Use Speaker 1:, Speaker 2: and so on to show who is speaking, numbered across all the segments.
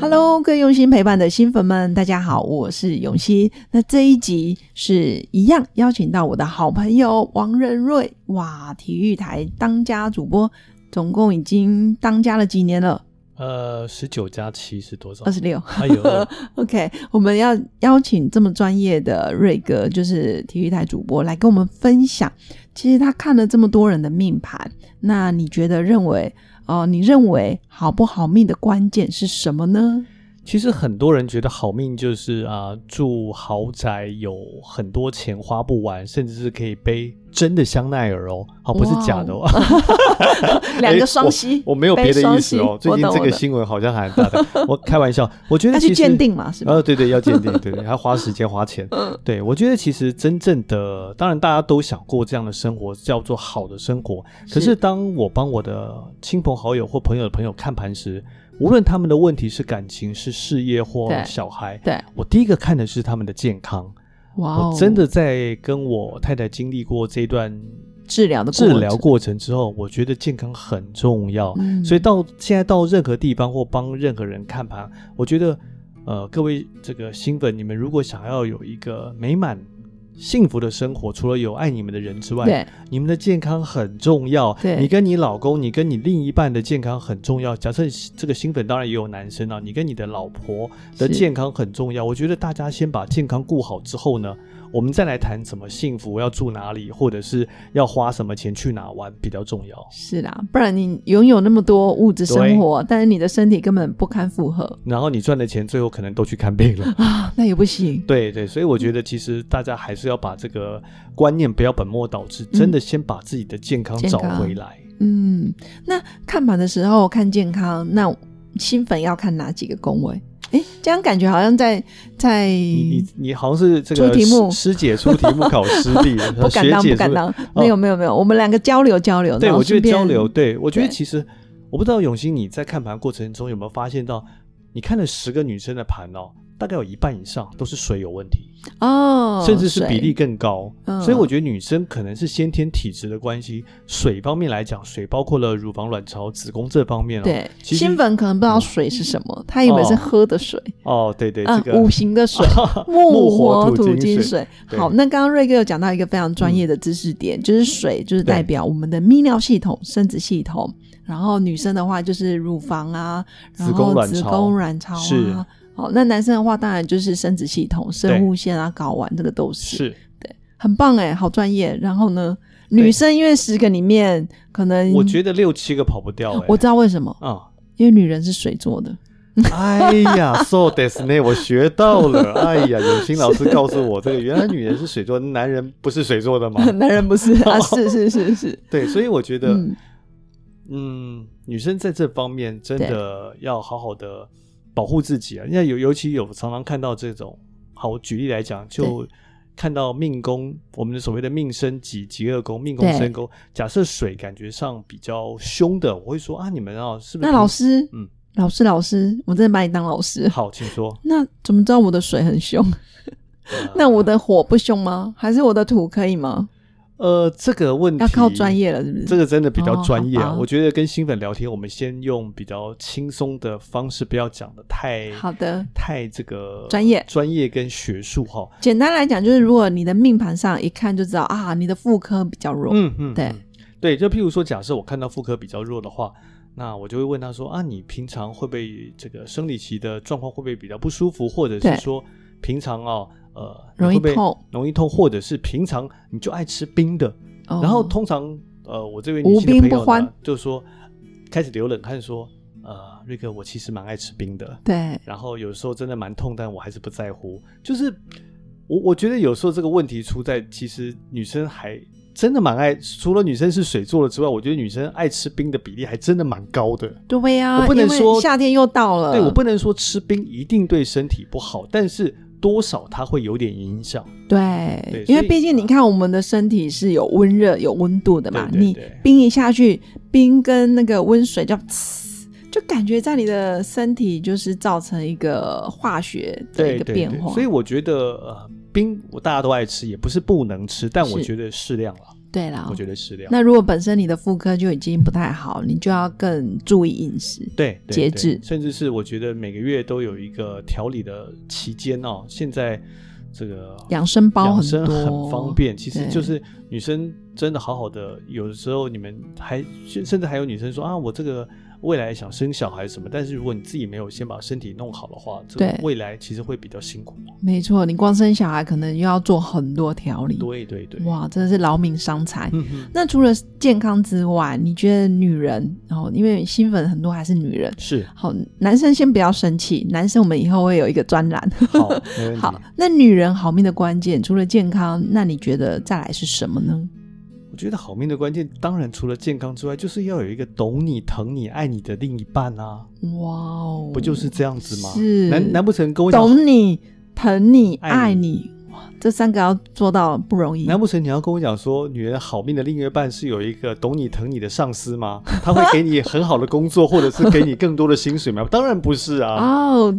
Speaker 1: Hello，各位用心陪伴的新粉们，大家好，我是永新。那这一集是一样邀请到我的好朋友王仁瑞，哇，体育台当家主播，总共已经当家了几年了？
Speaker 2: 呃，十九加七是多少
Speaker 1: 二？十六。
Speaker 2: 哎呦，
Speaker 1: OK，我们要邀请这么专业的瑞哥，就是体育台主播，来跟我们分享。其实他看了这么多人的命盘，那你觉得认为哦、呃你认为好不好命的关键是什么呢？
Speaker 2: 其实很多人觉得好命就是啊、住豪宅有很多钱花不完，甚至是可以背真的香奈儿哦，好、不是假的哦。
Speaker 1: 两个
Speaker 2: 哎
Speaker 1: 双膝、
Speaker 2: 我没有别的意思 哦。
Speaker 1: 背双膝
Speaker 2: 最
Speaker 1: 我
Speaker 2: 近
Speaker 1: 懂
Speaker 2: 这
Speaker 1: 我懂
Speaker 2: 个新闻好像还很大的，我开玩笑，我觉得
Speaker 1: 要
Speaker 2: 其
Speaker 1: 去
Speaker 2: 实
Speaker 1: 鉴定嘛，是吧？嗯
Speaker 2: 呃，对对，要鉴定，对对，还要花时间花钱。 对，我觉得其实真正的，当然大家都想过这样的生活，叫做好的生活。
Speaker 1: 是
Speaker 2: 可是当我帮我的亲朋好友或朋友的朋友看盘时，无论他们的问题是感情、是事业或
Speaker 1: 对
Speaker 2: 小孩，
Speaker 1: 对，
Speaker 2: 我第一个看的是他们的健康。
Speaker 1: 哇哦，
Speaker 2: 呃我真的在跟我太太经历过这段
Speaker 1: 治疗的过
Speaker 2: 治
Speaker 1: 程
Speaker 2: 疗，过程之后，我觉得健康很重要。
Speaker 1: 嗯
Speaker 2: 所以到现在到任何地方或帮任何人看盘，我觉得，呃，各位这个新粉，你们如果想要有一个美满、幸福的生活，除了有爱你们的人之外，
Speaker 1: 对
Speaker 2: 你们的健康很重要。
Speaker 1: 对
Speaker 2: 你跟你老公，你跟你另一半的健康很重要。假设这个新粉当然也有男生啊，你跟你的老婆的
Speaker 1: 是
Speaker 2: 健康很重要。我觉得大家先把健康顾好之后呢。我们再来谈什么幸福，要住哪里，或者是要花什么钱去哪玩比较重要。
Speaker 1: 是啦，不然你拥有那么多物质生活，但是你的身体根本不堪负荷
Speaker 2: 然后你赚的钱最后可能都去看病 了。
Speaker 1: 啊，那也不行。
Speaker 2: 对对，所以我觉得其实大家还是要把这个观念不要本末倒置，真的先把自己的健康
Speaker 1: 健
Speaker 2: 找
Speaker 1: 康
Speaker 2: 回来。
Speaker 1: 嗯，那看盘的时候看健康，那新粉要看哪几个宫位？哎，这样感觉好像在在
Speaker 2: 你你你好像是这
Speaker 1: 嗯出
Speaker 2: 个
Speaker 1: 题目
Speaker 2: 师师姐出题目考师 弟，呃
Speaker 1: 不敢
Speaker 2: 学
Speaker 1: 当，
Speaker 2: 姐
Speaker 1: 不
Speaker 2: 是
Speaker 1: 敢
Speaker 2: 是？
Speaker 1: 当，没有没有没有，我们两个交流交流。
Speaker 2: 对，
Speaker 1: 然后
Speaker 2: 我觉
Speaker 1: 顺
Speaker 2: 得
Speaker 1: 便
Speaker 2: 交流，对我觉得
Speaker 1: 对
Speaker 2: 其实我不知道永兴你在看盘过程中有没有发现到，你看了十个女生的盘哦，大概有一半以上都是水有问题。
Speaker 1: 哦，
Speaker 2: 甚至是
Speaker 1: 水
Speaker 2: 比例更高。
Speaker 1: 嗯
Speaker 2: 所以我觉得女生可能是先天体质的关系，水方面来讲，水包括了乳房、卵巢、子宫这方面哦。
Speaker 1: 对。
Speaker 2: 其实
Speaker 1: 新粉可能不知道水是什么，他以为是
Speaker 2: 哦
Speaker 1: 喝的水，
Speaker 2: 哦，对对，
Speaker 1: 嗯
Speaker 2: 这，个、
Speaker 1: 五行的水，木
Speaker 2: 木
Speaker 1: 火
Speaker 2: 火
Speaker 1: 土
Speaker 2: 金
Speaker 1: 金。水。
Speaker 2: 对嗯
Speaker 1: 好，那刚刚瑞哥有讲到一个非常专业的知识点，就是水就是代表我们的泌尿系统、生殖系统，然后女生的话就是乳房啊，然
Speaker 2: 子宫
Speaker 1: 后
Speaker 2: 卵
Speaker 1: 子
Speaker 2: 巢
Speaker 1: 宫、卵巢
Speaker 2: 是
Speaker 1: 啊。好，那男生的话当然就是生殖系统、
Speaker 2: 对
Speaker 1: 生物腺啊、睾丸，这个都是
Speaker 2: 是，
Speaker 1: 很棒哎，好专业。然后呢，
Speaker 2: 对
Speaker 1: 女生因为十个里面可能
Speaker 2: 我觉得六七个跑不掉、欸。
Speaker 1: 嗯我知道 为什么，
Speaker 2: 啊，
Speaker 1: 因为女人是水做的。
Speaker 2: 哎呀，so this 呢，我学到了。哎呀，永兴老师告诉我，这个原来女人是水做，男人不是水做 的吗？
Speaker 1: 男人不是 啊，是是是是，
Speaker 2: 对，所以我觉得，
Speaker 1: 嗯，
Speaker 2: 嗯，女生在这方面真的要好好的保护自己啊。因为尤尤其有常常看到这种，好，我举例来讲，就看到命宫，我们的所谓的命生吉吉二宫、命宫
Speaker 1: 对
Speaker 2: 身宫，假设水感觉上比较凶的，我会说啊，你们啊，是不是
Speaker 1: 那
Speaker 2: 平？
Speaker 1: 老师，
Speaker 2: 嗯
Speaker 1: 老师老师，我真的把你当老师。
Speaker 2: 好，请说。
Speaker 1: 那怎么知道我的水很凶？
Speaker 2: 呃
Speaker 1: 那我的火不凶吗？还是我的土可以吗？
Speaker 2: 呃，这个问题
Speaker 1: 要靠专。业了，是不是？
Speaker 2: 这个真的比较专业
Speaker 1: 哦
Speaker 2: 啊！
Speaker 1: 好吧
Speaker 2: 我觉得跟新粉聊天，我们先用比较轻松的方式，不要讲的太
Speaker 1: 好的，
Speaker 2: 太这个
Speaker 1: 专业
Speaker 2: 专业跟学术哈。
Speaker 1: 简单来讲，就是如果你的命盘上一看就知道啊，你的妇科比较弱，
Speaker 2: 嗯嗯，
Speaker 1: 对
Speaker 2: 嗯对，就譬如说，假设我看到妇科比较弱的话，那我就会问他说啊，你平常会不会这个生理期的状况会不会比较不舒服，或者
Speaker 1: 对
Speaker 2: 是说平常哦呃
Speaker 1: 容易
Speaker 2: 你会不会
Speaker 1: 痛，
Speaker 2: 容易痛，或者是平常你就爱吃冰的，
Speaker 1: 哦
Speaker 2: 然后通常呃我这位
Speaker 1: 无
Speaker 2: 女性
Speaker 1: 冰
Speaker 2: 的朋
Speaker 1: 不
Speaker 2: 友
Speaker 1: 欢
Speaker 2: 呢，就说开始流冷汗说呃瑞哥，我其实蛮爱吃冰的，
Speaker 1: 对
Speaker 2: 然后有时候真的蛮痛，但我还是不在乎。就是我我觉得有时候这个问题出在，其实女生还真的蛮爱，除了女生是水做的之外，我觉得女生爱吃冰的比例还真的蛮高的。
Speaker 1: 对呀、
Speaker 2: 我不能
Speaker 1: 啊因为
Speaker 2: 说
Speaker 1: 夏天又到了，
Speaker 2: 对我不能说吃冰一定对身体不好，但是多少它会有点影响。
Speaker 1: 对，
Speaker 2: 对
Speaker 1: 因为
Speaker 2: 所以啊
Speaker 1: 毕竟你看，我们的身体是有温热、有温度的嘛。
Speaker 2: 对对
Speaker 1: 你
Speaker 2: 对
Speaker 1: 冰一下去，冰跟那个温水就呲，就感觉在你的身体就是造成一个化学的
Speaker 2: 对
Speaker 1: 一个
Speaker 2: 对
Speaker 1: 变
Speaker 2: 对
Speaker 1: 化。
Speaker 2: 所以我觉得呃，冰我大家都爱吃，也不是不能吃，但我
Speaker 1: 是
Speaker 2: 觉得适量了，
Speaker 1: 对啦
Speaker 2: 我，觉得适量。
Speaker 1: 那如果本身你的妇科就已经不太好，你就要更注意饮食。
Speaker 2: 对，对
Speaker 1: 节
Speaker 2: 对
Speaker 1: 制
Speaker 2: 甚至是我觉得每个月都有一个调理的期间哦。现在这个
Speaker 1: 养生包
Speaker 2: 养
Speaker 1: 很多，
Speaker 2: 生很方。便，其实
Speaker 1: 对
Speaker 2: 就是女生真的好好的，有的时候你们还甚甚至还有女生说啊，我这个未来想生小孩什么，但是如果你自己没有先把身体弄好的话，这个
Speaker 1: 对
Speaker 2: 未来其实会比较辛苦。
Speaker 1: 没错，你光生小孩可能又要做很多调理。
Speaker 2: 对对对，
Speaker 1: 哇，真的是劳民伤财。
Speaker 2: 嗯哼，
Speaker 1: 那除了健康之外，你觉得女人，然、后因为新粉很多还是女人，
Speaker 2: 是
Speaker 1: 好，男生先不要生气，男生我们以后会有一个专栏。
Speaker 2: 好，没问 题。
Speaker 1: 好，那女人好命的关键除了健康，那你觉得再来是什么呢？
Speaker 2: 我觉得好命的关键，当然除了健康之外，就是要有一个懂你、疼你、爱你的另一半啊，
Speaker 1: 哇哦，
Speaker 2: 不就是这样子吗？
Speaker 1: 是
Speaker 2: 难难不成跟我讲
Speaker 1: 懂你、疼你、
Speaker 2: 爱
Speaker 1: 爱你，哇，这三个要做到不容易。
Speaker 2: 难不成你要跟我讲说，女人好命的另一半是有一个懂你疼你的上司吗？他会给你很好的工作，或者是给你更多的薪水 吗？当然不是啊，
Speaker 1: 哦，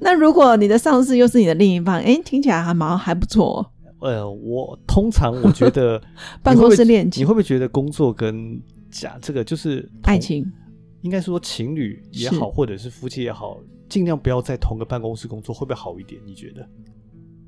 Speaker 1: 那如果你的上司又是你的另一半，哎，听起来还蛮还不错哦。
Speaker 2: 呃，我通常我觉 得
Speaker 1: 办公室恋
Speaker 2: 你
Speaker 1: 情、
Speaker 2: 会不会觉得工作跟家这个就是同
Speaker 1: 爱，情，
Speaker 2: 应该说情侣也好，或者是夫妻也好，尽量不要在同个办公室工作，会不会好一点？你觉得？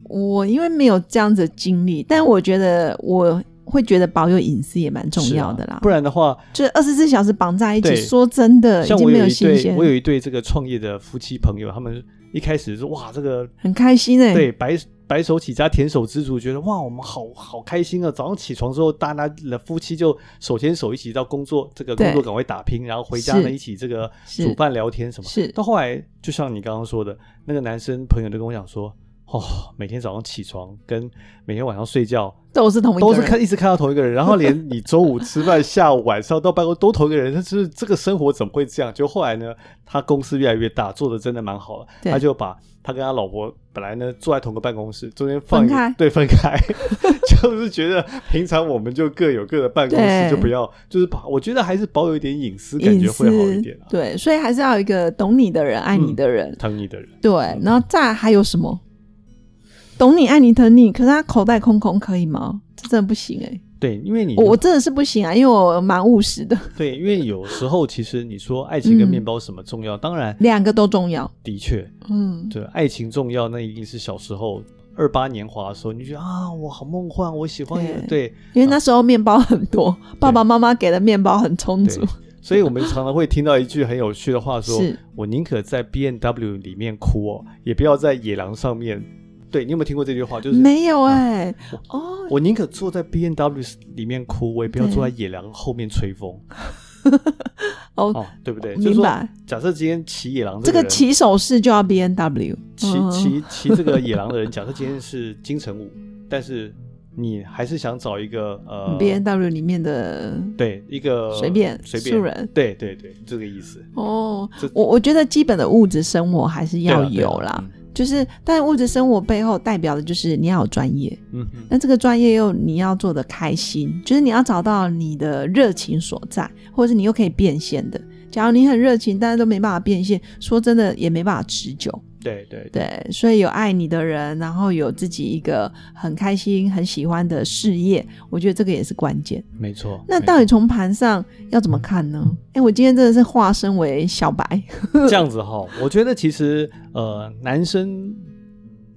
Speaker 1: 我因为没有这样子的经历，但我觉得我会觉得保有隐私也蛮重要的
Speaker 2: 是啊
Speaker 1: 啦。
Speaker 2: 不然的话，
Speaker 1: 就二十四小时绑在一起，
Speaker 2: 对
Speaker 1: 说真的，呃已
Speaker 2: 像
Speaker 1: 经
Speaker 2: 我
Speaker 1: 没
Speaker 2: 有一
Speaker 1: 新
Speaker 2: 对
Speaker 1: 鲜
Speaker 2: 我，有一对这个创业的夫妻朋友，他们一开始说哇，这个
Speaker 1: 很开心哎、
Speaker 2: 对，白白手起家，甜手知足，觉得哇，我们好好开心啊！早上起床之后，大家的夫妻就手牵手一起到工作这个
Speaker 1: 对
Speaker 2: 工作岗位打拼，然后回家呢
Speaker 1: 是
Speaker 2: 一起这个
Speaker 1: 是
Speaker 2: 煮饭聊天什么。
Speaker 1: 是
Speaker 2: 到后来，就像你刚刚说的，那个男生朋友就跟我讲说，哦，每天早上起床跟每天晚上睡觉
Speaker 1: 都是同一个
Speaker 2: 都
Speaker 1: 人
Speaker 2: 是看一直看到同一个人，然后连你周五吃饭、下午晚上到办公都同一个人，但是这个生活怎么会这样？就后来呢，他公司越来越大，做的真的蛮好了，
Speaker 1: 对
Speaker 2: 他就把他跟他老婆本来呢坐在同个办公室，中间放一个
Speaker 1: 分开
Speaker 2: 对分开， 就是觉得平常我们就各有各的办公
Speaker 1: 对
Speaker 2: 室，就不要就是把我觉得还是保有一点啊隐私，感觉会好一点
Speaker 1: 隐
Speaker 2: 啊
Speaker 1: 私，
Speaker 2: 嗯
Speaker 1: 对，所以还是要有一个懂你的人、爱你的人。
Speaker 2: 疼你的人。
Speaker 1: 对，然后再来还有什么？懂你、爱你、疼你，可是他口袋空空可以吗？这真的不行哎、
Speaker 2: 对，因为你
Speaker 1: 我我真的是不行啊，因为我蛮务实的，
Speaker 2: 对，因为有时候其实你说爱情跟
Speaker 1: 嗯
Speaker 2: 面包什么重要，当然
Speaker 1: 两个都重要。
Speaker 2: 的确，
Speaker 1: 嗯，
Speaker 2: 对，爱情重要，那一定是小时候二八年华的时候，你就觉得啊，我好梦幻，我喜欢一个对
Speaker 1: 因为那时候面包很多，爸爸妈妈给的面包很充
Speaker 2: 对
Speaker 1: 足。
Speaker 2: 所以我们常常会听到一句很有趣的话说，
Speaker 1: 是
Speaker 2: 我宁可在 B N W 里面哭哦，也不要在野狼上面。对你有没有听过这句话？就是啊
Speaker 1: 没有哎、哦，
Speaker 2: 我宁可坐在 B N W 里面哭，我也不要坐在野狼后面吹风。
Speaker 1: 哦
Speaker 2: 哦，对不对？
Speaker 1: 明
Speaker 2: 就是说
Speaker 1: 白，
Speaker 2: 假设今天骑野狼
Speaker 1: 这
Speaker 2: 个
Speaker 1: 个
Speaker 2: 人
Speaker 1: 骑手式就要 B N W，嗯
Speaker 2: 骑骑骑这个野狼的人，假设今天是金城武，但是你还是想找一个呃
Speaker 1: B N W 里面的
Speaker 2: 对，一个
Speaker 1: 随便
Speaker 2: 随
Speaker 1: 素
Speaker 2: 便
Speaker 1: 人
Speaker 2: 对对对，这个意思。
Speaker 1: 哦
Speaker 2: 这，
Speaker 1: 我我觉得基本的物质生活还是要
Speaker 2: 对啊嗯对
Speaker 1: 有啦，就是但物质生活背后代表的就是你要有专业，
Speaker 2: 嗯嗯，
Speaker 1: 那这个专业又你要做的开心，就是你要找到你的热情所在，或者是你又可以变现的。假如你很热情，但是都没办法变现，说真的也没办法持久。
Speaker 2: 对对对，
Speaker 1: 对，所以有爱你的人，然后有自己一个很开心、很喜欢的事业，我觉得这个也是关键。
Speaker 2: 没错。
Speaker 1: 那
Speaker 2: 没
Speaker 1: 到底从盘上要怎么看呢？哎，我今天真的是化身为小白，
Speaker 2: 错这样子哈，我觉得其实呃，男生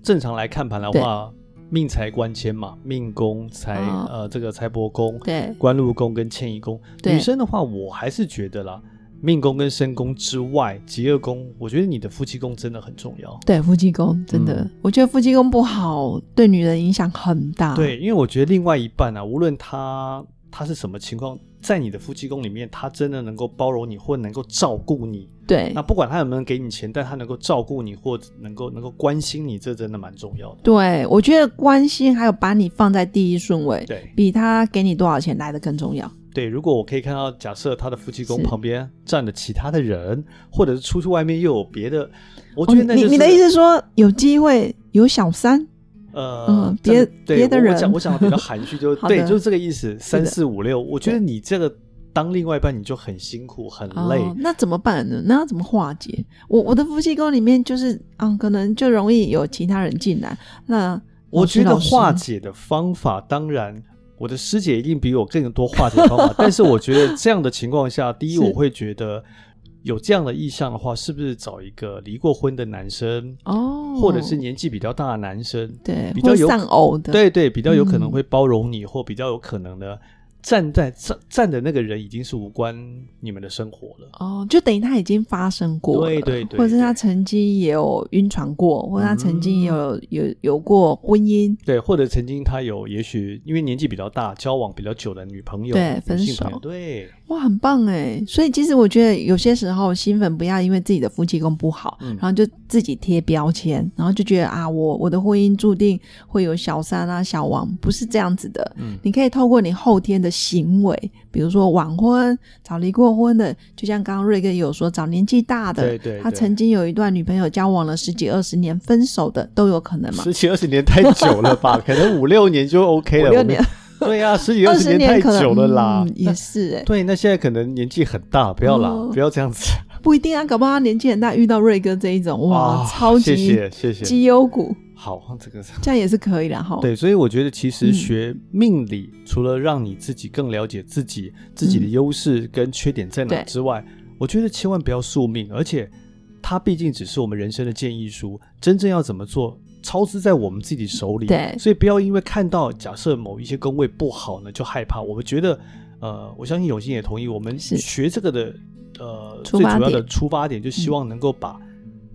Speaker 2: 正常来看盘的话，命财官迁嘛，命宫财
Speaker 1: 哦
Speaker 2: 呃这个财帛宫、
Speaker 1: 对
Speaker 2: 官禄宫跟迁移宫。
Speaker 1: 对
Speaker 2: 女生的话，我还是觉得啦，命宫跟身宫之外，极恶宫，我觉得你的夫妻宫真的很重要。
Speaker 1: 对，夫妻宫真的，
Speaker 2: 嗯
Speaker 1: 我觉得夫妻宫不好对女人影响很大。
Speaker 2: 对，因为我觉得另外一半啊，无论他他是什么情况，在你的夫妻宫里面，他真的能够包容你，或能够照顾你。
Speaker 1: 对
Speaker 2: 那不管他有没有给你钱，但他能够照顾你，或能够能够关心你，这真的蛮重要的。
Speaker 1: 对，我觉得关心还有把你放在第一顺位，
Speaker 2: 对
Speaker 1: 比他给你多少钱来的更重要。
Speaker 2: 对，如果我可以看到，假设他的夫妻宫
Speaker 1: 是
Speaker 2: 旁边站了其他的人，或者是出去外面又有别的我觉得那
Speaker 1: 哦你
Speaker 2: 就是、
Speaker 1: 你的意思是说有机会有小三？
Speaker 2: 呃
Speaker 1: 嗯，别
Speaker 2: 这对
Speaker 1: 别的
Speaker 2: 我
Speaker 1: 人
Speaker 2: 我讲我讲的 比较含蓄，就
Speaker 1: 好
Speaker 2: 对，
Speaker 1: 的
Speaker 2: 就是这个意思。三
Speaker 1: 的
Speaker 2: 四五六，我觉得你这个当另外一半你就很辛苦很累，
Speaker 1: 哦，那怎么办呢？那要怎么化解？我我的夫妻宫里面就是，嗯，可能就容易有其他人进来。那
Speaker 2: 我
Speaker 1: 老师
Speaker 2: 觉得
Speaker 1: 老师
Speaker 2: 化解的方法，当然我的师姐一定比我更多化解的方 法，但是我觉得这样的情况下，第一
Speaker 1: 是
Speaker 2: 我会觉得有这样的意向的话，是不是找一个离过婚的男生，
Speaker 1: 哦，
Speaker 2: 或者是年纪比较大的男生，
Speaker 1: 对
Speaker 2: 比较有
Speaker 1: 或丧偶的，
Speaker 2: 对对，比较有可能
Speaker 1: 嗯
Speaker 2: 会包容你，或比较有可能的站在站站的那个人已经是无关你们的生活了。
Speaker 1: 哦，就等于他已经发生过了，
Speaker 2: 对对对
Speaker 1: 或者是他
Speaker 2: 对
Speaker 1: 曾经也有晕船过，或者他曾经
Speaker 2: 嗯
Speaker 1: 也有、有有过婚姻，
Speaker 2: 对，或者曾经他有，也许因为年纪比较大，交往比较久的女朋友，
Speaker 1: 对
Speaker 2: 女
Speaker 1: 分
Speaker 2: 性朋友
Speaker 1: 手
Speaker 2: 对，
Speaker 1: 哇，很棒哎！所以其实我觉得有些时候新粉不要因为自己的夫妻宫不好，
Speaker 2: 嗯
Speaker 1: 然后就自己贴标签，然后就觉得啊，我我的婚姻注定会有小三啊、小王，不是这样子的。
Speaker 2: 嗯
Speaker 1: 你可以透过你后天的行为，比如说晚婚、早离过婚的，就像刚刚瑞哥也有说，找年纪大的，
Speaker 2: 对对
Speaker 1: 他
Speaker 2: 对
Speaker 1: 曾经有一段女朋友交往了十几二十年，分手的都有可能嘛。
Speaker 2: 嗯十几二十年太久了 吧？可能五六年就 OK 了。
Speaker 1: 五六
Speaker 2: 我们
Speaker 1: 年、
Speaker 2: 对呀、十 几
Speaker 1: 二
Speaker 2: 二
Speaker 1: 十
Speaker 2: 十年太
Speaker 1: 可能
Speaker 2: 久了啦。
Speaker 1: 嗯、也是哎、
Speaker 2: 对，那现在可能年纪很大，不要啦，
Speaker 1: 哦
Speaker 2: 不要这样子。
Speaker 1: 不一定啊，搞不好他年纪很大，遇到瑞哥这一种，哇，
Speaker 2: 啊
Speaker 1: 超级
Speaker 2: 谢谢谢谢。
Speaker 1: 绩优股，
Speaker 2: 好，这个是
Speaker 1: 这样也是可以的哈。
Speaker 2: 对，所以我觉得其实
Speaker 1: 嗯
Speaker 2: 学命理，除了让你自己更了解自己、自己的
Speaker 1: 嗯
Speaker 2: 优势跟缺点在哪
Speaker 1: 对
Speaker 2: 之外，我觉得千万不要宿命，而且它毕竟只是我们人生的建议书，真正要怎么做，操之在我们自己手里。
Speaker 1: 对
Speaker 2: 所以不要因为看到假设某一些宫位不好呢，就害怕。我们觉得，呃，我相信永兴也同意，我们
Speaker 1: 是
Speaker 2: 学这个的，呃，
Speaker 1: 出
Speaker 2: 最主
Speaker 1: 发
Speaker 2: 要的
Speaker 1: 点嗯
Speaker 2: 出发点就希望能够把。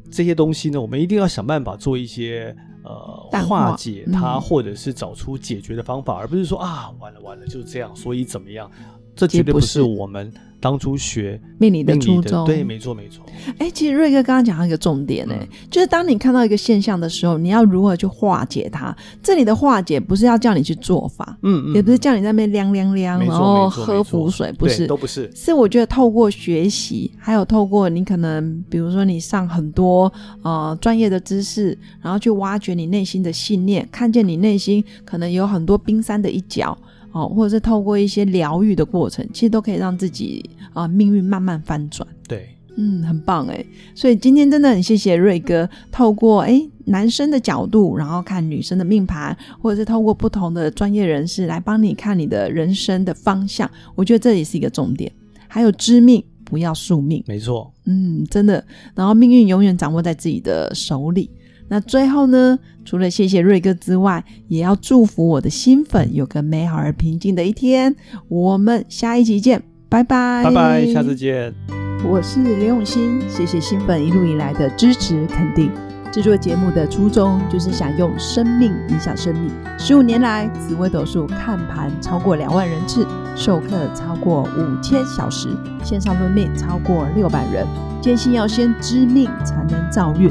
Speaker 2: 这些东西呢，我们一定要想办法做一些呃
Speaker 1: 淡化
Speaker 2: 化解它，
Speaker 1: 嗯
Speaker 2: 或者是找出解决的方法，而不是说啊完了完了就是这样，所以怎么样？这
Speaker 1: 其
Speaker 2: 绝
Speaker 1: 实
Speaker 2: 对
Speaker 1: 不
Speaker 2: 不
Speaker 1: 是
Speaker 2: 是我们当初学
Speaker 1: 命理的
Speaker 2: 命理
Speaker 1: 初
Speaker 2: 的。
Speaker 1: 衷，
Speaker 2: 对，没错没错。
Speaker 1: 哎、其实瑞哥刚刚讲到一个重点、哎、
Speaker 2: 嗯
Speaker 1: 就是当你看到一个现象的时候，你要如何去化解它？这里的化解不是要叫你去做法，
Speaker 2: 嗯嗯，
Speaker 1: 也不是叫你在那边凉凉凉，
Speaker 2: 没
Speaker 1: 然
Speaker 2: 错
Speaker 1: 后
Speaker 2: 没错
Speaker 1: 喝
Speaker 2: 没错
Speaker 1: 浮水，不
Speaker 2: 对
Speaker 1: 是
Speaker 2: 都。不是。
Speaker 1: 是我觉得透过学习，还有透过你可能，比如说你上很多呃专业的知识，然后去挖掘你内心的信念，看见你内心可能有很多冰山的一角哦，或者是透过一些疗愈的过程，其实都可以让自己啊、命运慢慢翻转。
Speaker 2: 对，
Speaker 1: 嗯，很棒哎！所以今天真的很谢谢瑞哥，透过哎男生的角度，然后看女生的命盘，或者是透过不同的专业人士来帮你看你的人生的方向，我觉得这也是一个重点。还有知命，不要宿命。
Speaker 2: 没错。
Speaker 1: 嗯，真的。然后命运永远掌握在自己的手里。那最后呢，除了谢谢瑞哥之外，也要祝福我的新粉有个美好而平静的一天。我们下一集见，拜拜，
Speaker 2: 拜拜，下次见。
Speaker 1: 我是刘永新，谢谢新粉一路以来的支持肯定。制作节目的初衷就是想用生命影响生命。十五年来，紫微斗数看盘超过两万人次，授课超过五千小时，线上论命超过六百人。坚信要先知命才能造运，